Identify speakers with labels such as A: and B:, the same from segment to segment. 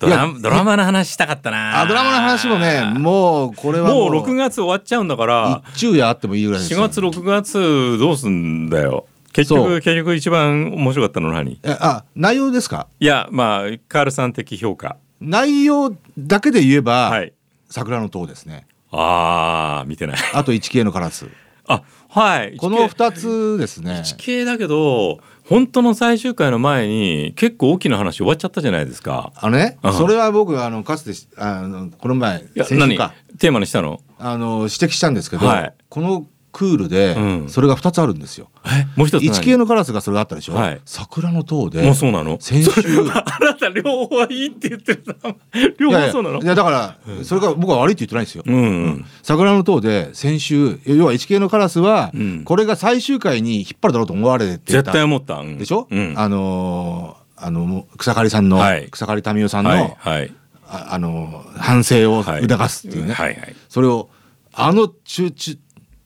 A: ドラドラマの話したかったな
B: あドラマの話もねもうこれは
A: もう6月終わっちゃうんだから
B: 一昼夜あってもいいぐらいです
A: 4
B: よ
A: 月6月どうすんだよ結
B: そう
A: 局結局一番面白かったの何
B: えあ内容ですか
A: いやまあカールさん的評価
B: 内容だけで言えば、
A: はい
B: 桜の塔ですね
A: あー見てない
B: あと 1K のカラス
A: あはい
B: この2つですね
A: 地形だけど本当の最終回の前に結構大きな話終わっちゃったじゃないですか
B: あのね、
A: うん
B: それは僕あのかつてしあのこの前
A: いや
B: 先週
A: 何
B: か
A: テーマにしたの
B: あの指摘したんですけど、
A: はい
B: このクールで、
A: うん
B: それが2つあるんですよ。
A: えもう一つ何
B: 1K のカラスがそれがあったでしょ、
A: はい
B: 桜の塔で
A: もうそう なの
B: 先週
A: あなた両方はいいって言ってるな 両
B: いや
A: 方
B: いや
A: そうなの
B: いやだからそれが僕は悪いって言ってないんですよ。
A: うんうん
B: 桜の塔で先週要は 1K のカラスは、
A: うん
B: これが最終回に引っ張るだろうと思われてい
A: 絶対
B: た
A: 思った、うん
B: でしょ、
A: うん、
B: あのーあのもう草刈さんの、
A: はい
B: 草刈民生さんの、
A: はいはい
B: ああのー反省を
A: はい
B: 促すっていうね、
A: はいはい
B: それをあの中中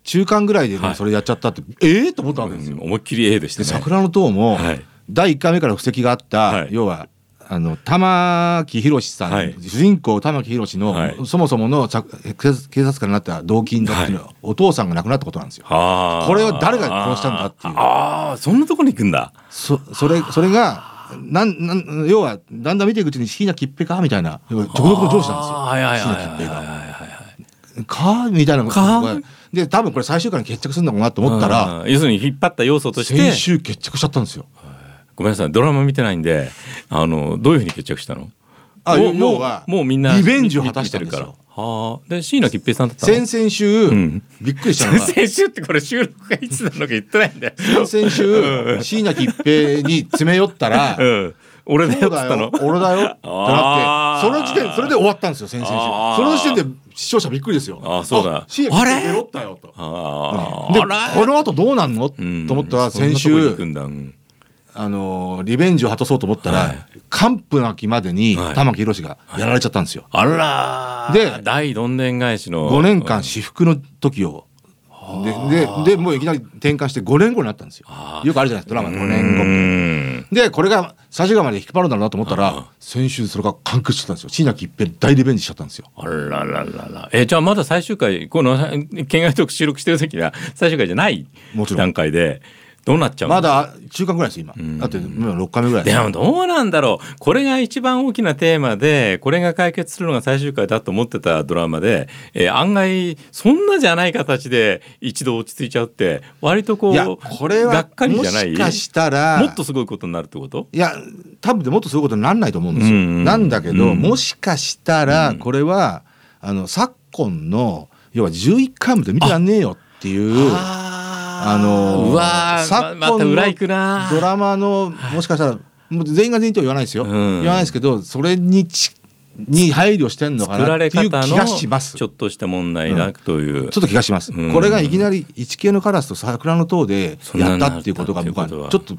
B: 中間ぐらいでね、
A: はい
B: それやっちゃったってええと思ったわけですよ。
A: うん思いっきり A でした
B: で
A: ね
B: 桜の塔も、
A: はい
B: 第1回目から布石があった、
A: はい
B: 要はあの玉木宏さん、
A: はい
B: 主人公玉木宏の、
A: はい
B: そもそものさ警察警察官になった動機だっていうのは、お父さんが亡くなったことなんですよ。
A: はあ
B: これを誰が殺したんだっていう
A: ああそんなとこに行くんだ
B: そそれそれがなんなん要はだんだん見ていくうちに椎名桔平かみたいな要は独特の上司なんですよ。
A: あーはいはいはいはい
B: 椎名桔平が
A: はいはい
B: かみたいなこと
A: か
B: がで多分これ最終回に決着するんだろうなと思ったら、
A: うん要するに引っ張った要素として
B: 先週決着しちゃったんですよ。
A: ごめんなさいドラマ見てないんであのどういうふうに決着したの
B: あ
A: もう
B: 要
A: も
B: は
A: うもうみんな
B: リベンジを果たしたんです
A: 見てる
B: よ
A: からはあで椎名桔平さんだったの
B: 先々週、
A: ん
B: びっくりしたのが
A: 先週ってこれ収録がいつなのか言ってないんだ よ、
B: 先々週椎名桔平に詰め寄ったら
A: うん、俺だ
B: そ
A: よっ
B: う
A: つ
B: だ
A: った
B: よ
A: の
B: 俺だよってな
A: あ
B: って
A: ー
B: その時点それで終わったんですよ先々
A: あー
B: 週その時点で視聴者びっくりですよ
A: あーそうだ
B: 椎名桔平ゲロったよと
A: あー
B: で
A: あら
B: この後どうなんの、
A: うん
B: と思ったら
A: そんな
B: 先
A: とこ行
B: 週
A: くんだうん
B: あのーリベンジを果たそうと思ったら、
A: はい
B: 完膚なきまでに
A: はい
B: 玉木宏がやられちゃったんですよ、
A: あらー
B: で
A: 大どんでん返しの
B: 5年間私服の時をでででもういきなり転換して5年後になったんですよよくあるじゃないですかドラマ5
A: う
B: 年後
A: ん
B: でこれが最終回まで引っ張るんだろうなと思ったら先週それが完結してたんですよ椎名桔平大リベンジしちゃったんですよ
A: あららららえじゃあまだ最終回この県外トーク収録してる時は最終回じゃない
B: もちろん
A: 段階でどうなっちゃうの
B: まだ中間ぐらいですよ今だって今6回目ぐらい
A: でもどうなんだろうこれが一番大きなテーマでこれが解決するのが最終回だと思ってたドラマで、えー案外そんなじゃない形で一度落ち着いちゃうって割とこう
B: いやこれ
A: が
B: は
A: っかり
B: も
A: じゃない
B: しかしたら
A: もっとすごいことになるってこと
B: いや多分でもっとそういうことにならないと思うんですよ。
A: うんうん
B: なんだけど、
A: うん
B: もしかしたらこれは、あの昨今の要は11回目で見てらんねえよっていう
A: あ
B: あの
A: うわー
B: 昨
A: ままた
B: 今
A: 裏
B: の
A: 行くな
B: ドラマのもしかしたらもう全員が全員とは言わないですよ、
A: うん
B: 言わないですけどそれにちに配慮してんのか
A: 作
B: な
A: ら
B: ってい
A: れ
B: う気
A: 方
B: がします
A: のち
B: ち
A: ょ
B: ょ
A: っとした問題だという、
B: っと気がします、
A: うん
B: これがいきなり「一系のカラス」と「桜の塔」で
A: そんな
B: やっ
A: にな
B: た
A: った
B: っていうことが僕は
A: って
B: ち
A: いうこと
B: ょ
A: は
B: っと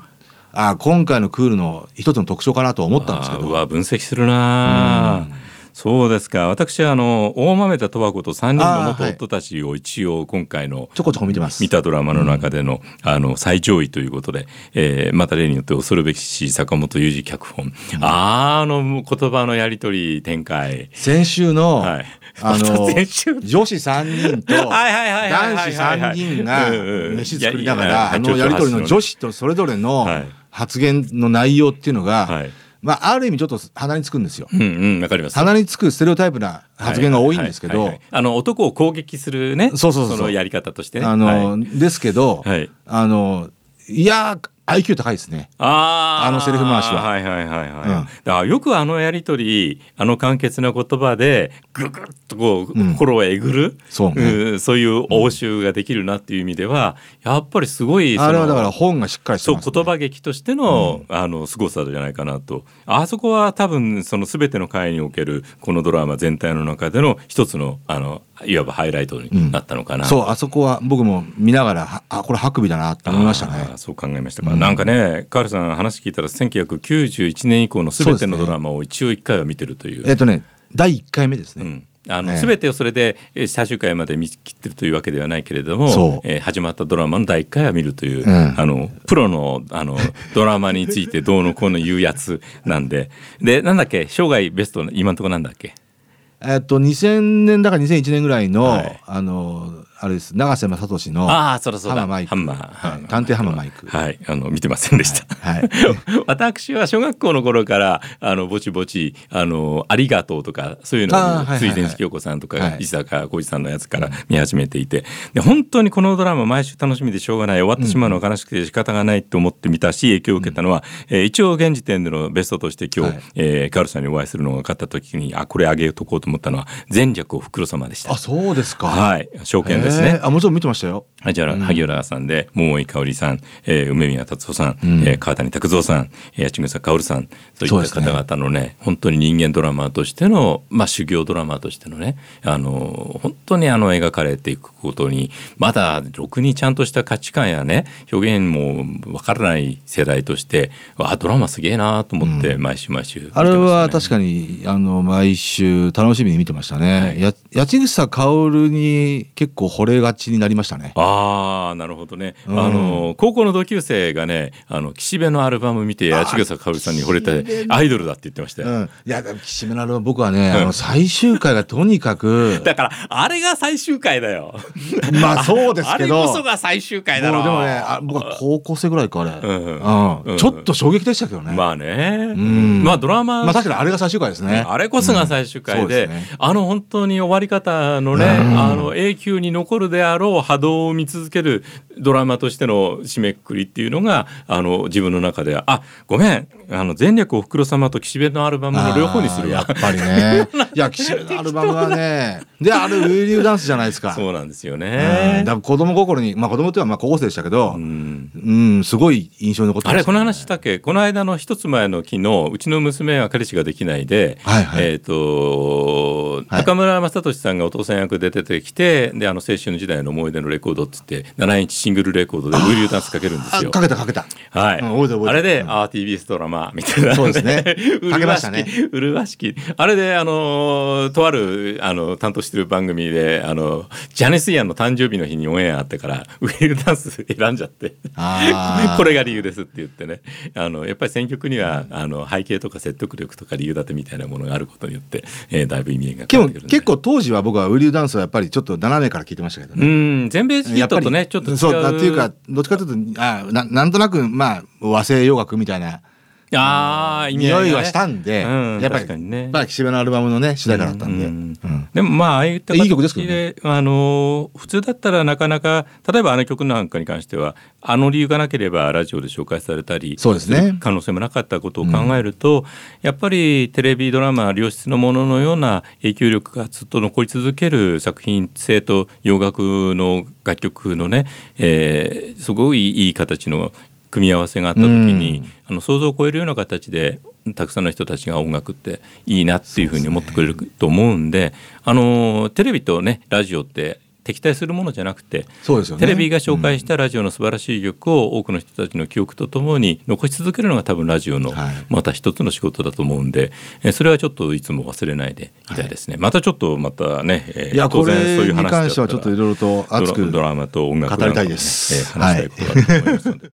B: あー今回のクールの一つの特徴かなと思ったんですけ
A: あーう
B: ど
A: わ分析するなあそうですか私はあの大豆田十和子と3人の元
B: あーはい
A: 夫たちを一応今回の
B: ちょこちょこ見てます
A: 見たドラマの中での,、あの最上位ということで、えーまた例によって恐るべきし坂本雄二脚本、あーあの言葉のやり取り展開
B: 先週の、
A: はい
B: あの
A: 先週
B: 女子3人と
A: はいはいはいはいはい
B: 男
A: は
B: 子
A: い
B: 3人が
A: うんうん
B: 飯作りながらあ
A: いやいや
B: のやり取りの
A: ちょ
B: 女
A: っと
B: 子とそれぞれの
A: はい
B: 発言の内容っていうのが、
A: はい
B: まあ、ある意味ちょっと鼻につくんですよ。
A: うんうんわかります
B: 鼻につくステレオタイプな発言が多いんですけ
A: はいはい
B: ど
A: はいはいあの男を攻撃するね
B: そうそうそうそう
A: のやり方としてねは
B: あ
A: い
B: のですけど、
A: はい
B: あのいやー IQ 高いですね。
A: あー
B: あのセリフ回しは
A: はいはいはいはい。
B: うん
A: だからよくあのやりとり、あの簡潔な言葉で、ぐぐっとこう、
B: うん
A: 心をえぐる、
B: そうね
A: んそういう応酬ができるなっていう意味では、やっぱりすごい、
B: あれはだか
A: その
B: ら本がしっかりして
A: そう
B: ます、ね。
A: 言葉劇としての、あの凄さじゃないかなとあそこは多分その全ての回におけるこのドラマ全体の中での一つのあのいわばハイライトになったのかな、
B: そうあそこは僕も見ながらはあこれハクビだなって思いましたね
A: あー。そう考えましたか、なんかねカールさん話聞いたら1991年以降の全てのドラマを一応一回は見てるという
B: えっとね第1回目ですね、
A: うんあの
B: ええ
A: 全てをそれでえー最終回まで見切ってるというわけではないけれども
B: そ、う
A: えー始まったドラマの第1回は見るという、
B: うん
A: あのプロのあのドラマについてどうのこうの言うやつなんででなんだっけ生涯ベストの今のとこなんだっけ
B: えっと2000年だから2001年ぐらいの、
A: はい
B: あのあれです長瀬正敏の「
A: ああそろそろ
B: ハンマーマイク
A: ハンマー
B: はい
A: はい
B: 探偵ハンマーマイク
A: はいあの見てませんでした、
B: はい、
A: 私は小学校の頃からあのぼちぼちあの「ありがとう」とかそういうのを
B: あーはいはいはい
A: 水田京子さんとか、
B: はい
A: 石坂浩二さんのやつから見始めていてで本当にこのドラマ毎週楽しみでしょうがない終わってしまうのは悲しくて仕方がないと思ってみたし影響を受けたのは、えー一応現時点でのベストとして今日、
B: はい
A: えーカールさんにお会いするのが分かった時にあこれあげとこうと思ったのは「前略おふくろ様」でした
B: あ。そうですか、
A: はい証券です
B: へ
A: ね
B: ーあもちろん見てましたよ
A: 萩原、萩原さんで、桃井かおりさん、えー梅宮達夫さん、
B: うん
A: えー川谷拓三さん、えー八千草薫さん、そう
B: そう
A: いっ
B: で
A: た
B: すね
A: 方々のね、本当に人間ドラマーとしての、まあ修行ドラマーとしてのね、あの、本当にあの描かれていくことに、まだ、ろくにちゃんとした価値観やね、表現もわからない世代として、あ、ドラマすげえなと思って、毎週毎週、
B: あれは確かにあの毎週楽しみに見てましたね、
A: はい
B: や八千草薫に結構惚れがちになりましたね
A: ああなるほどね、
B: うん
A: あの高校の同級生がねあの岸辺のアルバム見て八千草かおりさんに惚れてアイドルだって言ってましたよ、
B: うん、いやでも岸辺なるは僕はね、あの最終回がとにかく
A: だからあれが最終回だよ
B: まあそうです
A: あ
B: け
A: れ
B: ど
A: こそが最終回だ
B: も
A: ろ
B: うでもねあ僕は高校生ぐらいかあれ、
A: うん
B: うん
A: うん
B: ちょっと衝撃でしたけどね、まあ
A: まあね、
B: ん
A: まあドラマ、
B: 確かにあれが最終回ですね
A: あれこそが最終
B: う
A: 回
B: んそ
A: で,、
B: うですね
A: あの本当に終わり方のね、
B: うん
A: あの永久に残るであろう波動を見続けるドラマとしての締めくくりっていうのがあの自分の中ではあごめんあの前略おふくろ様と岸辺のアルバムの両方にする
B: あ
A: わ
B: ーやっぱ りねいや岸辺のアルバムはねであれウィリューダンスじゃないですか
A: そうなんですよ
B: う
A: ね
B: ん、だから子供心に、まあ、子供っていうのはまあ高校生でしたけど、
A: う
B: う
A: んん
B: すごい印象に残って
A: あ
B: ま
A: れ
B: した
A: この話したっけこの間の一つ前の昨日うちの娘は彼氏ができないで、
B: はいはい
A: えっ、と、
B: はい
A: 中村雅俊さんがお父さん役で出てきてであの青春時代の思い出のレコードっつって7インチシングルレコードでウィリューダンスかけるんです
B: あ
A: よ。
B: かけたかけた
A: はい、
B: うん覚えてる覚えてる
A: あれで、
B: うん
A: ああ TBS ドラマみたいな、
B: そうで すね
A: う
B: かけ
A: る
B: ま
A: わ
B: し
A: したき、
B: ね
A: うるわしきあれであのーとあるあの担当してる番組であのジャネス・イアンの誕生日の日にオンエアあってからウィルダンス 選んじゃって
B: あ ー
A: これが理由ですって言ってねあのやっぱり選曲には、あの背景とか説得力とか理由立てみたいなものがあることによって、えーだいぶ意味が
B: で
A: 変わ
B: も
A: ってくるんで
B: 結構当時は僕はウィリューダンスはやっぱりちょっと斜めから聞いてましたけど
A: う
B: ね。
A: ん全米ヒ
B: や
A: ッ
B: ぱ
A: ト
B: り
A: とねちょっと違う
B: そうだっていうかどっちかというとあななんとなくまあ和製洋楽みたいな
A: あー意味合
B: 匂
A: いがね
B: いはしたんで、
A: うん
B: やっ
A: 確
B: ぱり
A: かにね
B: やっぱり岸辺のアルバムのね主題歌だったんで、
A: うん
B: うん
A: でもまあああいった形
B: いい曲ですけど
A: であの普通だったらなかなか例えばあの曲なんかに関してはあの理由がなければラジオで紹介されたり
B: そうですね
A: 可能性もなかったことを考えると、やっぱりテレビドラマ良質のもののような影響力がずっと残り続ける作品性と洋楽の楽曲のね、えーすごいいい形の組み合わせがあった時に、
B: うん
A: あの想像を超えるような形でたくさんの人たちが音楽っていいなっていうふうに思ってくれると思うんであのテレビとねラジオって敵対するものじゃなくて
B: そうですよね
A: テレビが紹介したラジオの素晴らしい曲を多くの人たちの記憶とともに残し続けるのが多分ラジオの
B: はい
A: また一つの仕事だと思うんで、えそれはちょっといつも忘れないでいたいですね、またちょっとまたね、えー
B: いや
A: 当
B: こ
A: 然そう
B: れ
A: いう
B: に
A: 話だたら
B: 関してはちょっといろいろと熱
A: ドラ
B: く
A: ドラマと音楽なんかもね
B: 語りたいです
A: えー話したいことだと思いますので。